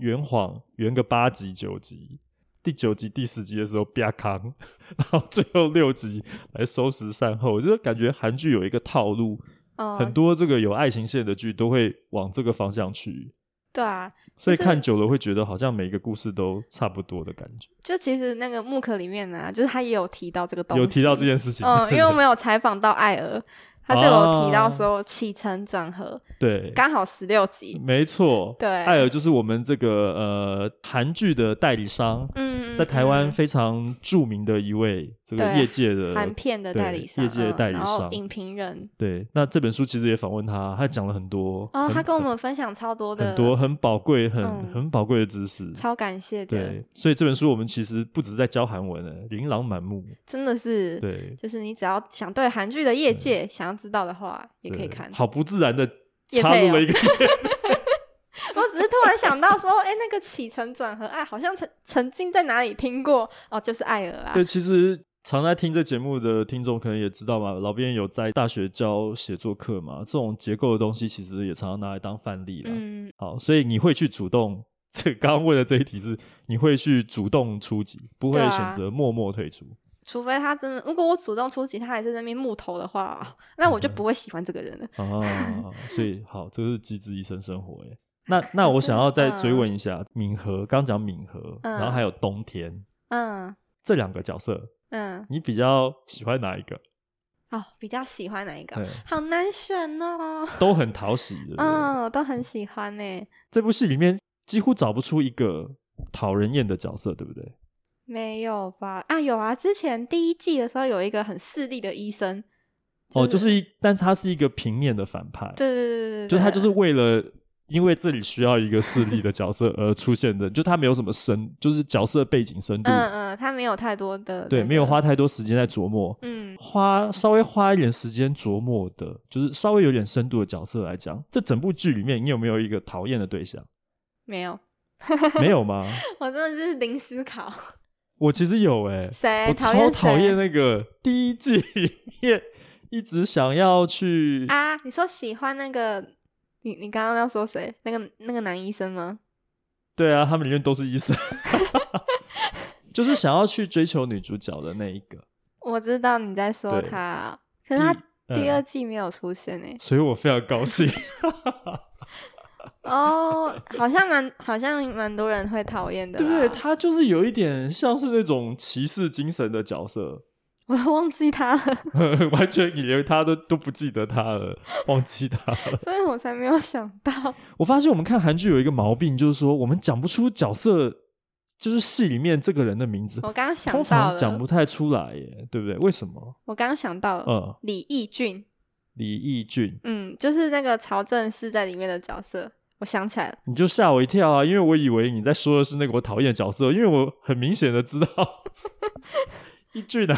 Speaker 1: 圆谎圆个八集九集，第九集第十集的时候啪康， 然后最后六集来收拾善后，我就感觉韩剧有一个套路，
Speaker 3: 嗯
Speaker 1: 很多这个有爱情线的剧都会往这个方向去，
Speaker 3: 对啊，
Speaker 1: 所以
Speaker 3: 就是
Speaker 1: 看久了会觉得好像每个故事都差不多的感觉。
Speaker 3: 就其实那个木可里面呢、啊，就是他也有提到这个东西，
Speaker 1: 有提到这件事情，
Speaker 3: 嗯，因为
Speaker 1: 对
Speaker 3: 我们有采访到艾尔，他就有提
Speaker 1: 哦
Speaker 3: 到说起承转合，
Speaker 1: 对，
Speaker 3: 刚好十六集，
Speaker 1: 没错，
Speaker 3: 对
Speaker 1: 艾尔就是我们这个呃韩剧的代理商，
Speaker 3: 嗯，
Speaker 1: 在台湾
Speaker 3: 嗯
Speaker 1: 非常著名的一位这个
Speaker 3: 对
Speaker 1: 业界的
Speaker 3: 嗯韩片的代
Speaker 1: 对
Speaker 3: 理商，
Speaker 1: 业界的
Speaker 3: 嗯
Speaker 1: 代理
Speaker 3: 然后
Speaker 1: 商
Speaker 3: 影评人。
Speaker 1: 对，那这本书其实也访问他，他讲了很多
Speaker 3: 哦，
Speaker 1: 很
Speaker 3: 他跟我们分享超多的，
Speaker 1: 很多很宝贵、很、
Speaker 3: 嗯
Speaker 1: 很宝贵的知识。
Speaker 3: 超感谢的，
Speaker 1: 对，所以这本书我们其实不只是在教韩文呢，琳琅满目。
Speaker 3: 真的是，
Speaker 1: 对，
Speaker 3: 就是你只要想对韩剧的业界想要知道的话，也可以
Speaker 1: 嗯对
Speaker 3: 看。
Speaker 1: 好不自然 的
Speaker 3: 业
Speaker 1: 插入
Speaker 3: 配哦
Speaker 1: 了一 个
Speaker 3: 我只是突然想到说，哎、那个起承转合，哎，好像曾曾经在哪里听过，哦，就是艾尔啦
Speaker 1: 对，。其实常在听这节目的听众可能也知道嘛，老编有在大学教写作课嘛，这种结构的东西其实也常常拿来当范例了。
Speaker 3: 嗯，
Speaker 1: 好，所以你会去主动，这刚刚问的这一题是，你会去主动出击，不会
Speaker 3: 对啊
Speaker 1: 选择默默退出。
Speaker 3: 除非他真的，如果我主动出击，他还是在那边木头的话，哦那我就
Speaker 1: 嗯
Speaker 3: 不会喜欢这个人了。
Speaker 1: 啊，所以好，这是机智医生生活哎。那那我想要再追
Speaker 3: 嗯
Speaker 1: 问一下，敏和刚讲敏和，然后还有冬天
Speaker 3: 嗯
Speaker 1: 这两个角色，
Speaker 3: 嗯，
Speaker 1: 你比较喜欢哪一个？
Speaker 3: 哦，比较喜欢哪一个？
Speaker 1: 对，
Speaker 3: 好难选哦。
Speaker 1: 都很讨喜，对不对？
Speaker 3: 嗯，都很喜欢呢。
Speaker 1: 这部戏里面几乎找不出一个讨人厌的角色，对不对？
Speaker 3: 没有吧？啊，有啊，之前第一季的时候有一个很势利的医生。
Speaker 1: 哦，就是一，但是他是一个平面的反派，
Speaker 3: 对对对对对，
Speaker 1: 就是他就是
Speaker 3: 对
Speaker 1: 为了。因为这里需要一个势力的角色而出现的，就他没有什么深，就是角色背景深度，
Speaker 3: 嗯嗯，他没有太多的、
Speaker 1: 对，没有花。太多时间在琢磨。
Speaker 3: 嗯，
Speaker 1: 花稍微花一点时间琢磨的，就是稍微有点深度的角色来讲，这整部剧里面你有没有一个讨厌的对象？
Speaker 3: 没有，
Speaker 1: 没有吗？
Speaker 3: 我真的是零思考。
Speaker 1: 我其实有哎、
Speaker 3: 谁
Speaker 1: 我超
Speaker 3: 讨厌
Speaker 1: 讨厌
Speaker 3: 谁
Speaker 1: 那个第一季里面一直想要去
Speaker 3: 啊？你说喜欢那个？你你刚刚要说谁？那个那个男医生吗？
Speaker 1: 对啊，他们里面都是医生， 就是想要去追求女主角的那一个。
Speaker 3: 我知道你在说
Speaker 1: 对
Speaker 3: 他，可是他第
Speaker 1: 嗯
Speaker 3: 二季没有出现欸诶、
Speaker 1: 所以我非常高 兴。
Speaker 3: 哦，好像蛮好像蛮多人会讨厌的
Speaker 1: 对
Speaker 3: 啦，
Speaker 1: 不对？他就是有一点像是那种骑士精神的角色，
Speaker 3: 我都忘记他了，
Speaker 1: 完全以为他都都不记得他了，忘记他了。
Speaker 3: 所以我才没有想到。
Speaker 1: 我发现我们看韩剧有一个毛病，就是说我们讲不出角色，就是戏里面这个人的名字，
Speaker 3: 我刚刚想
Speaker 1: 通
Speaker 3: 到
Speaker 1: 常
Speaker 3: 了，
Speaker 1: 讲不太出来耶，对不对？为什么？
Speaker 3: 我刚刚想到了，
Speaker 1: 嗯，
Speaker 3: 李义俊，
Speaker 1: 李义俊，
Speaker 3: 嗯，就是那个曹正是在里面的角色，我想起来了，
Speaker 1: 你就吓我一跳啊，因为我以为你在说的是那个我讨厌的角色，因为我很明显的 知道义俊啊，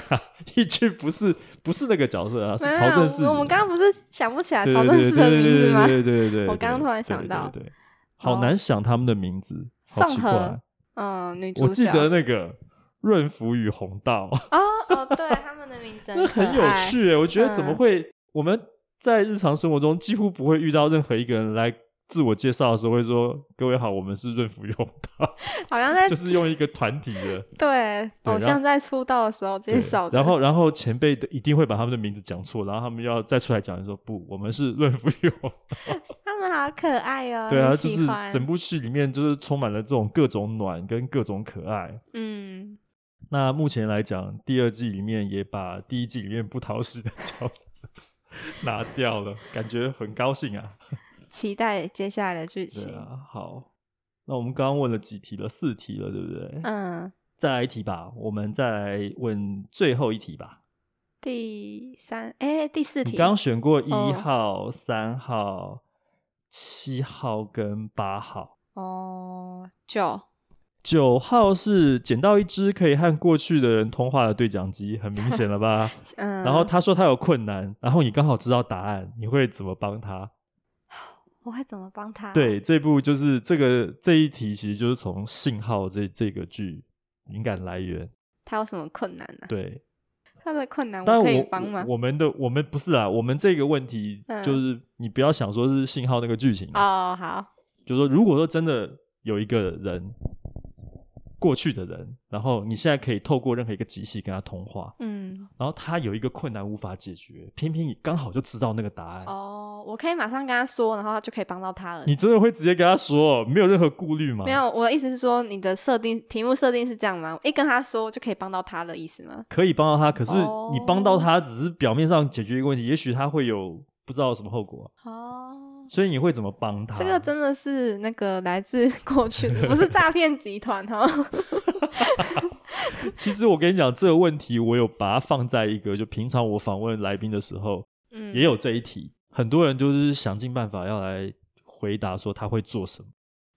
Speaker 1: 义俊不是不是那个角色啊，是
Speaker 3: 没有
Speaker 1: 曹正
Speaker 3: 没
Speaker 1: 是
Speaker 3: 有我我们刚刚不是想不起来
Speaker 1: 对
Speaker 3: 曹
Speaker 1: 对
Speaker 3: 正
Speaker 1: 对
Speaker 3: 是的名字吗？
Speaker 1: 对对对对对，
Speaker 3: 我刚
Speaker 1: 对
Speaker 3: 突然
Speaker 1: 对
Speaker 3: 想到
Speaker 1: 对，对对好
Speaker 3: 好
Speaker 1: 难想他们的名字，好
Speaker 3: 宋
Speaker 1: 奇
Speaker 3: 和
Speaker 1: 怪。
Speaker 3: 嗯，女主角
Speaker 1: 我记得那个润福与红道，
Speaker 3: 哦哦，对，他们的名字
Speaker 1: 那
Speaker 3: 很
Speaker 1: 很
Speaker 3: 可
Speaker 1: 有
Speaker 3: 爱。
Speaker 1: 趣耶。欸我觉得怎么
Speaker 3: 嗯
Speaker 1: 会我们在日常生活中几乎不会遇到任何一个人来自我介绍的时候会说：“各位好，我们是润福与红道。
Speaker 3: 好像在”
Speaker 1: 就是用一个团 体的
Speaker 3: 对
Speaker 1: 对
Speaker 3: 偶
Speaker 1: 然
Speaker 3: 像在出道的时候
Speaker 1: 对
Speaker 3: 介绍的，
Speaker 1: 然后然后前辈的一定会把他们的名字讲错，然后他们要再出来讲说：“不，我们是润福与 红道
Speaker 3: 他们好可爱哦，
Speaker 1: 对啊，
Speaker 3: 很
Speaker 1: 就
Speaker 3: 喜
Speaker 1: 是
Speaker 3: 欢
Speaker 1: 整部戏里面就是充满了这种各种暖跟各种可爱。
Speaker 3: 嗯，
Speaker 1: 那目前来讲，第二季里面也把第一季里面不讨喜的角色 拿掉了，感觉很高兴 啊。
Speaker 3: 期待接下来的剧
Speaker 1: 对
Speaker 3: 情。
Speaker 1: 啊，好，那我们刚刚问了几题了，四题了，对不对？
Speaker 3: 嗯，
Speaker 1: 再来一题吧，我们再来问最后一题吧。
Speaker 3: 第三哎第四
Speaker 1: 你
Speaker 3: 题，
Speaker 1: 刚刚选过一
Speaker 3: 哦
Speaker 1: 号、三、号、七号跟八号。
Speaker 3: 哦九
Speaker 1: 九号是捡到一只可以和过去的人通话的对讲机，很明显了吧？
Speaker 3: 嗯，
Speaker 1: 然后他说他有困难，然后你刚好知道答案，你会怎么帮他？
Speaker 3: 我会怎么帮他？
Speaker 1: 对，这部就是这个这一题，其实就是从信号这这个剧灵感来源。
Speaker 3: 他有什么困难呢？
Speaker 1: 对，
Speaker 3: 他的困难
Speaker 1: 当
Speaker 3: 我可
Speaker 1: 然
Speaker 3: 以
Speaker 1: 我
Speaker 3: 帮吗
Speaker 1: 我？我们的我们不是啦，我们这个问题
Speaker 3: 嗯
Speaker 1: 就是你不要想说是信号那个剧情啊，
Speaker 3: 哦好，
Speaker 1: 就是说如果说真的有一个人，过去的人，然后你现在可以透过任何一个机器跟他通话，
Speaker 3: 嗯，
Speaker 1: 然后他有一个困难无法解决，偏偏你刚好就知道那个答案，
Speaker 3: 哦，我可以马上跟他说，然后他就可以帮到他了。
Speaker 1: 嗯你真的会直接跟他说，没有任何顾虑吗？
Speaker 3: 没，有，我的意思是说，你的设定题目设定是这样吗？一跟他说就可以帮到他的意思吗？
Speaker 1: 可以帮到他，可是
Speaker 3: 哦
Speaker 1: 你帮到他只是表面上解决一个问题，也许他会有不知道有什么后果，
Speaker 3: 哦，
Speaker 1: 所以你会怎么帮他？
Speaker 3: 这个真的是那个来自 过去的，不是诈骗集团哦哈。
Speaker 1: 其实我跟你讲这个问题，我有把它放在一个就平常我访问来宾的时候
Speaker 3: 嗯，
Speaker 1: 也有这一题，很多人就是想尽办法要来回答说他会做什么，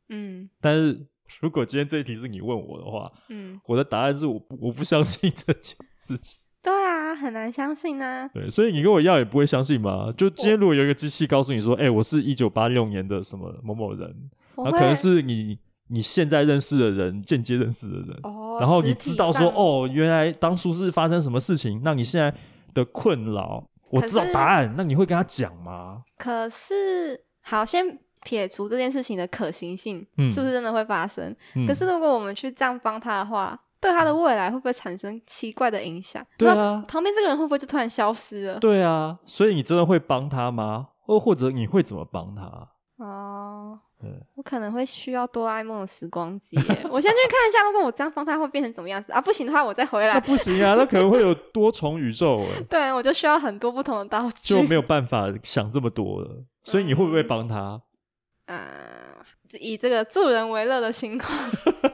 Speaker 3: 嗯
Speaker 1: 但是如果今天这一题是你问我的话，
Speaker 3: 嗯，
Speaker 1: 我的答案是我不我不相信这件事情。
Speaker 3: 对啊，很难相信啊呢、
Speaker 1: 对，所以你跟我要也不会相信嘛。就今天如果有一个机器告诉你说，哎、我是一九八六年的什么某某人，
Speaker 3: 我
Speaker 1: 然后
Speaker 3: 会
Speaker 1: 可能是你你现在认识的人，间接认识的人，
Speaker 3: 哦，
Speaker 1: 然后你
Speaker 3: 实体
Speaker 1: 知道说，
Speaker 3: 上，
Speaker 1: 哦，原来当初是发生什么事情，那你现在的困扰，我
Speaker 3: 可
Speaker 1: 知道
Speaker 3: 是
Speaker 1: 答案，那你会跟他讲吗？
Speaker 3: 可是好，先撇除这件事情的可行性，
Speaker 1: 嗯
Speaker 3: 是不是真的会发生？
Speaker 1: 嗯、
Speaker 3: 可是如果我们去这样帮他的话，对他的未来会不会产生奇怪的影响？
Speaker 1: 对
Speaker 3: 那
Speaker 1: 啊，
Speaker 3: 旁边这个人会不会就突然消失了？
Speaker 1: 对啊，所以你真的会帮他吗？或或者你会怎么帮他？
Speaker 3: 哦
Speaker 1: 对，
Speaker 3: 我可能会需要哆啦 A 梦的时光机耶。我先去看一下，如果我这样放他会变成怎么样子啊？不行的话，我再回
Speaker 1: 那
Speaker 3: 来。
Speaker 1: 不行 啊，那可能会有多重宇宙、哎
Speaker 3: 对，啊我就需要很多不同的道具。
Speaker 1: 就没有办法想这么多了。所以你会不会
Speaker 3: 嗯
Speaker 1: 帮他？
Speaker 3: 啊，以这个助人为乐的情况，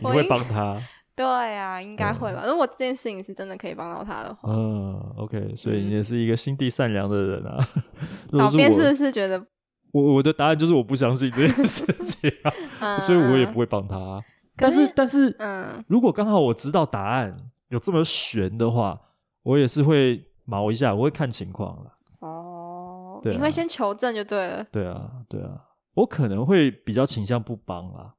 Speaker 1: 你
Speaker 3: 我
Speaker 1: 会
Speaker 3: 应
Speaker 1: 帮 他？
Speaker 3: 对啊，应该会吧。如果这件事情是真的可以帮到他的话，
Speaker 1: 嗯，OK，所以
Speaker 3: 哦嗯
Speaker 1: 你也是一个心地善良的人啊。 如
Speaker 3: 老
Speaker 1: 果
Speaker 3: 边是
Speaker 1: 我
Speaker 3: 不是觉得，
Speaker 1: 我我的答案就是我不相信这件事 情 啊，
Speaker 3: 嗯，
Speaker 1: 所以我也不会帮他啊。
Speaker 3: 可
Speaker 1: 但
Speaker 3: 是
Speaker 1: 是但是，
Speaker 3: 嗯，
Speaker 1: 如果刚好我知道答案有这么悬的话，我也是会毛一下，我会看情况啊啦。
Speaker 3: 哦，
Speaker 1: 对啊
Speaker 3: 你会先求证就对了。
Speaker 1: 对啊，对啊，我可能会比较倾向不帮啦，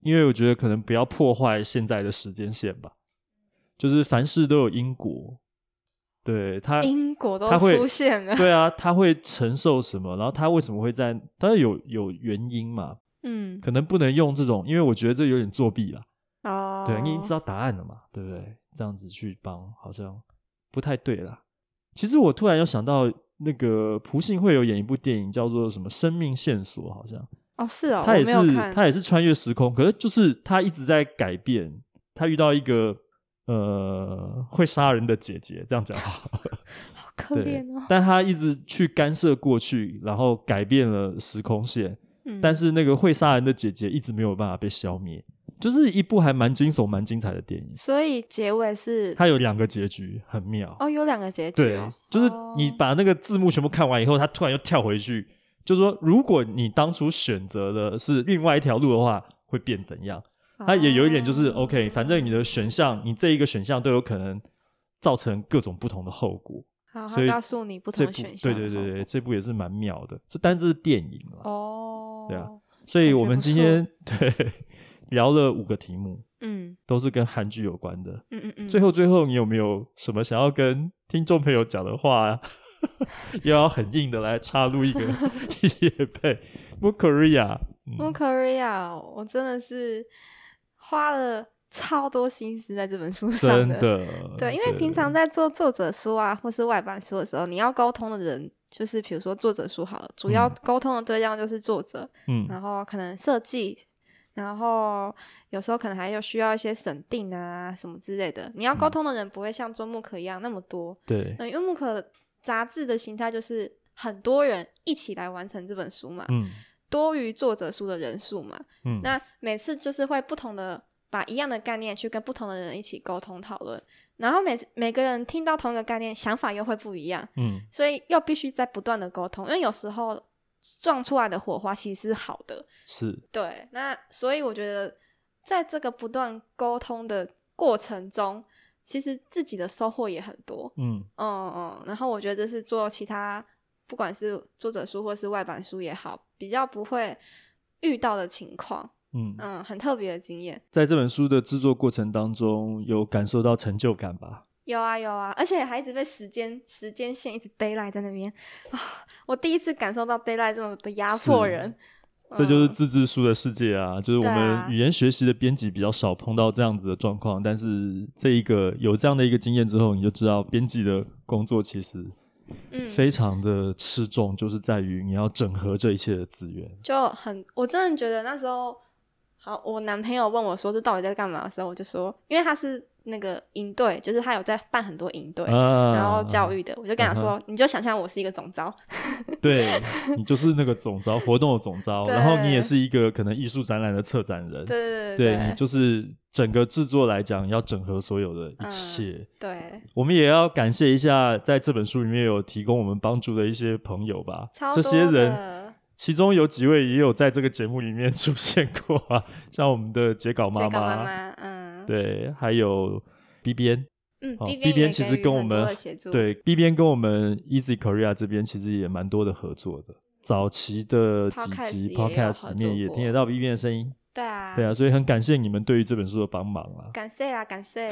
Speaker 1: 因为我觉得可能不要破坏现在的时间线吧，就是凡事都有因果，对他
Speaker 3: 因果都
Speaker 1: 他会
Speaker 3: 出现了，
Speaker 1: 对啊，他会承受什么？然后他为什么会在？他有有原因嘛？
Speaker 3: 嗯，
Speaker 1: 可能不能用这种，因为我觉得这有点作弊啦。
Speaker 3: 哦，
Speaker 1: 对，啊你已经知道答案了嘛，对不对？这样子去帮好像不太对啦。其实我突然又想到，那个朴信惠有演一部电影叫做什么《生命线索》，好像
Speaker 3: 哦，是哦，
Speaker 1: 他也
Speaker 3: 我没
Speaker 1: 是
Speaker 3: 有看
Speaker 1: 他也是穿越时空，可是就是他一直在改变。他遇到一个呃会杀人的姐姐，这样讲好。
Speaker 3: 好可
Speaker 1: 对
Speaker 3: 怜哦，，
Speaker 1: 但他一直去干涉过去，然后改变了时空线，
Speaker 3: 嗯
Speaker 1: 但是那个会杀人的姐姐一直没有办法被消灭，就是一部还蛮惊悚、蛮精彩的电影。
Speaker 3: 所以结尾是
Speaker 1: 它有两个结局，很妙。
Speaker 3: 哦，有两个结局
Speaker 1: 对
Speaker 3: 哦，，
Speaker 1: 就是你把那个字幕全部看完以后，他突然又跳回去，就说如果你当初选择的是另外一条路的话，会变怎样？它也有一点就是、
Speaker 3: 哦
Speaker 1: OK，反正你的选项，你这一个选项都有可能造成各种不同的后果。
Speaker 3: 好，
Speaker 1: 所以
Speaker 3: 他告诉你不
Speaker 1: 这
Speaker 3: 同的
Speaker 1: 部
Speaker 3: 选
Speaker 1: 对
Speaker 3: 项，
Speaker 1: 对对对，这部也是蛮妙的。这但这是电影
Speaker 3: 好，
Speaker 1: 了，
Speaker 3: 哦，
Speaker 1: 对啊，所以
Speaker 3: 感
Speaker 1: 我
Speaker 3: 觉
Speaker 1: 们
Speaker 3: 不
Speaker 1: 今
Speaker 3: 错
Speaker 1: 天 对聊了五个题目，
Speaker 3: 嗯
Speaker 1: 都是跟韩剧有关的。
Speaker 3: 嗯嗯嗯，
Speaker 1: 最后最后，你有没有什么想要跟听众朋友讲的话、啊？ 又要很硬的来插入 一个夜配 m o k o r e a
Speaker 3: 《Korea》，我真的是花了超多心思在这本书上
Speaker 1: 真的
Speaker 3: 对，因为平常在做作者书啊，或是外版书的时候，你要沟通的人就是，比如说作者书好了，主要
Speaker 1: 嗯
Speaker 3: 沟通的对象就是作者，
Speaker 1: 嗯
Speaker 3: 然后可能设计，然后有时候可能还有需要一些审定啊什么之类的。你要沟
Speaker 1: 嗯
Speaker 3: 通的人不会像做木可一样那么多，
Speaker 1: 对
Speaker 3: 嗯，因为木可杂志的形态就是很多人一起来完成这本书嘛，
Speaker 1: 嗯
Speaker 3: 多于作者书的人数嘛，
Speaker 1: 嗯
Speaker 3: 那每次就是会不同的把一样的概念去跟不同的人一起沟通讨论，然后每次每个人听到同一个概念，想法又会不一样，
Speaker 1: 嗯
Speaker 3: 所以又必须在不断的沟通，因为有时候撞出来的火花其实是好的，
Speaker 1: 是
Speaker 3: 对，那所以我觉得在这个不断沟通的过程中，其实自己的收获也很多，
Speaker 1: 嗯
Speaker 3: 嗯嗯，然后我觉得这是做其他不管是作者书或是外版书也好，比较不会遇到的情况。
Speaker 1: 嗯，
Speaker 3: 嗯，很特别的经验。
Speaker 1: 在这本书的制作过程当中，有感受到成就感吧？
Speaker 3: 有啊有啊，而且还一直被时间时间线一直 d a y l i g h t 在那边啊！我第一次感受到 d a y l i g h t 这么的压迫
Speaker 1: 是
Speaker 3: 人，
Speaker 1: 这就是
Speaker 3: 嗯
Speaker 1: 自制书的世界啊，就是我
Speaker 3: 对啊
Speaker 1: 们语言学习的编辑比较少碰到这样子的状况，但是这一个有这样的一个经验之后，你就知道编辑的工作其实
Speaker 3: 嗯
Speaker 1: 非常的吃重，就是在于你要整合这一切的资源。
Speaker 3: 就很，我真的觉得那时候，好，我男朋友问我说这到底在干嘛的时候，我就说，因为他是那个营队，就是他有在办很多营队。
Speaker 1: 啊嗯
Speaker 3: 然后教育的，我就跟他说，你就想象我是一个总招，
Speaker 1: 对你就是那个总招活动的总招，
Speaker 3: 对
Speaker 1: 然后你也是一个可能艺术展览的策展人，
Speaker 3: 对对
Speaker 1: 对
Speaker 3: 对
Speaker 1: 你就是整个制作来讲，要整合所有的一
Speaker 3: 嗯
Speaker 1: 切。
Speaker 3: 对，
Speaker 1: 我们也要感谢一下，在这本书里面有提供我们帮助的一些朋友吧。
Speaker 3: 超
Speaker 1: 这
Speaker 3: 多
Speaker 1: 些人，
Speaker 3: 的
Speaker 1: 其中有几位也有在这个节目里面 出现过啊，像我们的截稿妈
Speaker 3: 这个
Speaker 1: 妈，
Speaker 3: 妈妈，嗯，
Speaker 1: 对，还有 B 边。
Speaker 3: 嗯
Speaker 1: 哦
Speaker 3: ，B
Speaker 1: B 边
Speaker 3: 边
Speaker 1: 其实跟我们
Speaker 3: 协助，
Speaker 1: 对 B 边跟我们 Easy Korea 这边其实也蛮多的合作的。早期的几
Speaker 3: Podcast
Speaker 1: 集
Speaker 3: 也有
Speaker 1: Podcast 里
Speaker 3: 合
Speaker 1: 面
Speaker 3: 作
Speaker 1: 也
Speaker 3: 过
Speaker 1: 听得到 B 边的声音，
Speaker 3: 对啊，
Speaker 1: 对啊，所以很感谢你们对于这本书的帮忙啊。
Speaker 3: 感谢啊，感谢，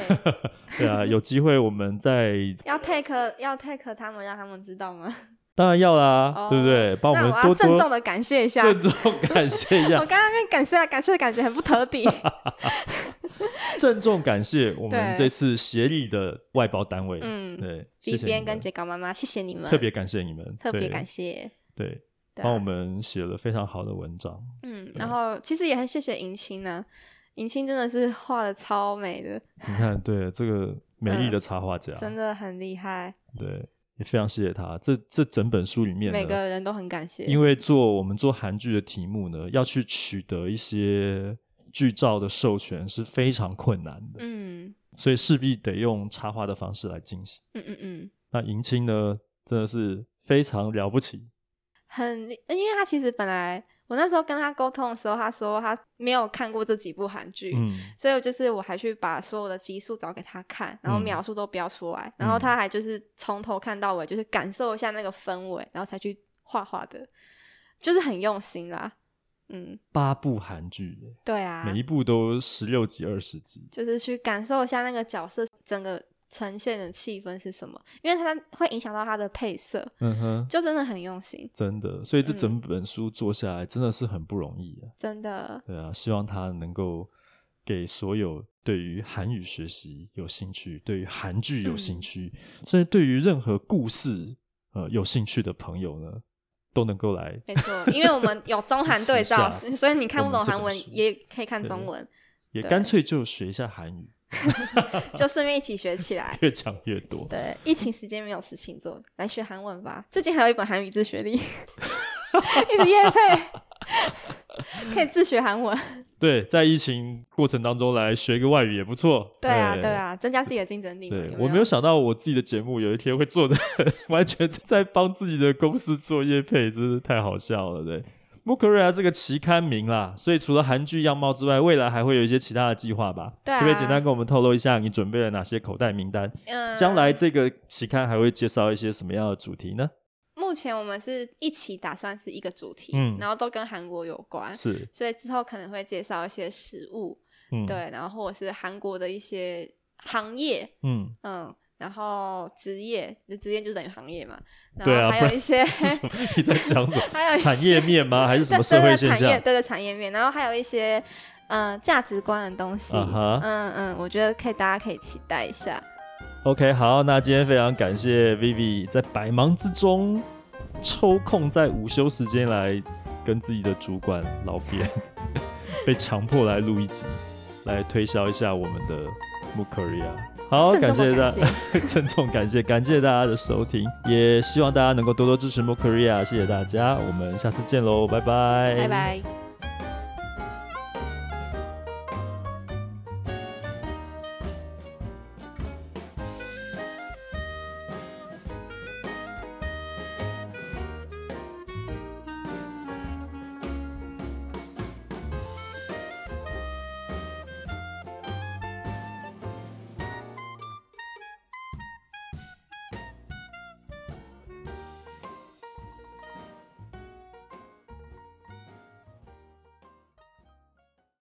Speaker 1: 对啊，有机会我们再
Speaker 3: 要 take 要 take 他们，让他们知 道吗？
Speaker 1: 当然要啦，
Speaker 3: 哦
Speaker 1: 对不对？帮
Speaker 3: 那
Speaker 1: 们
Speaker 3: 我要
Speaker 1: 多多
Speaker 3: 郑重地感谢一下
Speaker 1: 郑重感谢一
Speaker 3: 我
Speaker 1: 下
Speaker 3: 刚，刚那边感谢啊，感谢的感觉很不得体，
Speaker 1: 郑重感谢我们
Speaker 3: 对
Speaker 1: 这次协力的外包单位，
Speaker 3: 嗯
Speaker 1: 对， 谢
Speaker 3: ，B
Speaker 1: 谢你们
Speaker 3: 边跟杰高妈妈，谢谢你们，
Speaker 1: 特别感谢你们，
Speaker 3: 特别
Speaker 1: 对
Speaker 3: 感，谢，
Speaker 1: 对，
Speaker 3: 对啊
Speaker 1: 帮我们写了非常好的文章，
Speaker 3: 嗯，然后其实也很谢谢银青呢、银青真的是画的超美的，
Speaker 1: 你看，对啊这个美丽的插画家，
Speaker 3: 嗯真的很厉害，
Speaker 1: 对，也非常谢谢他。这这整本书里面呢，
Speaker 3: 每个人都很感谢。
Speaker 1: 因
Speaker 3: 为
Speaker 1: 为做我们做韩剧的题目呢，要去取得一些剧照的授权是非常困难的，
Speaker 3: 嗯
Speaker 1: 所以势必得用插画的方式来进行。
Speaker 3: 嗯嗯嗯，
Speaker 1: 那银青呢，真的是非常了不起，
Speaker 3: 很厉，因为他其实本来我那时候跟他沟通的时候，他说他没有看过这几部韩剧。
Speaker 1: 嗯，
Speaker 3: 所以我就是我还去把所有的集数找给他看，然后
Speaker 1: 嗯
Speaker 3: 描述都标出来，然后他还就是从头看到尾，就是感受一下那个氛围，然后才去画画的，就是很用心啦。嗯，
Speaker 1: 八部韩剧耶，
Speaker 3: 对啊，
Speaker 1: 每一部都十六集、二十集，
Speaker 3: 就是去感受一下那个角色整个呈现的气氛是什么，因为它会影响到它的配色，
Speaker 1: 嗯哼，
Speaker 3: 就真的很用心，
Speaker 1: 真的，所以这
Speaker 3: 嗯
Speaker 1: 整本书做下来真的是很不容易啊。
Speaker 3: 真的，
Speaker 1: 对啊，希望它能够给所有对于韩语学习有兴趣、对于韩剧有
Speaker 3: 嗯
Speaker 1: 兴趣，甚至对于任何故事呃有兴趣的朋友呢，都能够来。
Speaker 3: 没错，因为我们有中韩对照
Speaker 1: 支持一，下
Speaker 3: 所以你看不
Speaker 1: 我
Speaker 3: 懂
Speaker 1: 们这
Speaker 3: 韩
Speaker 1: 本
Speaker 3: 文
Speaker 1: 书
Speaker 3: 也可以看中文，
Speaker 1: 也
Speaker 3: 对
Speaker 1: 干脆就学一下韩语，。
Speaker 3: 就顺便一起学起来
Speaker 1: 越讲越多。
Speaker 3: 对，疫情时间没有事情做，来学韩文吧。最近还有一本韩语自学力，一直夜配，可以自学韩文。
Speaker 1: 对，在疫情过程当中来学一个外语也不错。
Speaker 3: 对啊，对。啊，增加自己的竞争力嘛。
Speaker 1: 对
Speaker 3: 有
Speaker 1: 我没有想到我自己的节目有一天会做的 完全在帮自己的公司做业配，真是太好笑了。对，《m o k o r a 这个期刊名啦，所以除了韩剧样貌之外，未来还会有一些其他的计划吧？
Speaker 3: 对啊
Speaker 1: 可不可以简单跟我们透露一下你准备了哪些口袋名单？
Speaker 3: 嗯，
Speaker 1: 将来这个期刊还会介绍一些什么样的主题呢？
Speaker 3: 目前我们是一起打算是一个主题，
Speaker 1: 嗯
Speaker 3: 然后都跟韩国有关，
Speaker 1: 是，
Speaker 3: 所以之后可能会介绍一些食物，
Speaker 1: 嗯，，
Speaker 3: 对，然后或者是韩国的一些行业，
Speaker 1: 嗯，
Speaker 3: 嗯，然后职业，那职业就等于行业嘛，然
Speaker 1: 对啊
Speaker 3: 后
Speaker 1: 不
Speaker 3: 还
Speaker 1: 然
Speaker 3: 有一些
Speaker 1: 是什么？你在讲什么？
Speaker 3: 还有一些
Speaker 1: 产业面吗？还是什么社会现
Speaker 3: 对对对产业
Speaker 1: 象？
Speaker 3: 对对产业面，然后还有一些嗯、呃价值观的东西
Speaker 1: 啊哈
Speaker 3: 嗯嗯，我觉得可以，大家可以期待一下。
Speaker 1: OK，好，那今天非常感谢 Vivi 在百忙之中抽空在午休时间来跟自己的主管老编被强迫来录一集，来推销一下我们的 m o k o r e a 好，
Speaker 3: 郑
Speaker 1: 感
Speaker 3: 重
Speaker 1: 谢
Speaker 3: 地
Speaker 1: 大
Speaker 3: 感
Speaker 1: 家， 郑重感谢，感谢大家的收听，也希望大家能够多多支持 m o k o r e a 谢谢大家，我们下次见喽，拜拜，
Speaker 3: 拜拜。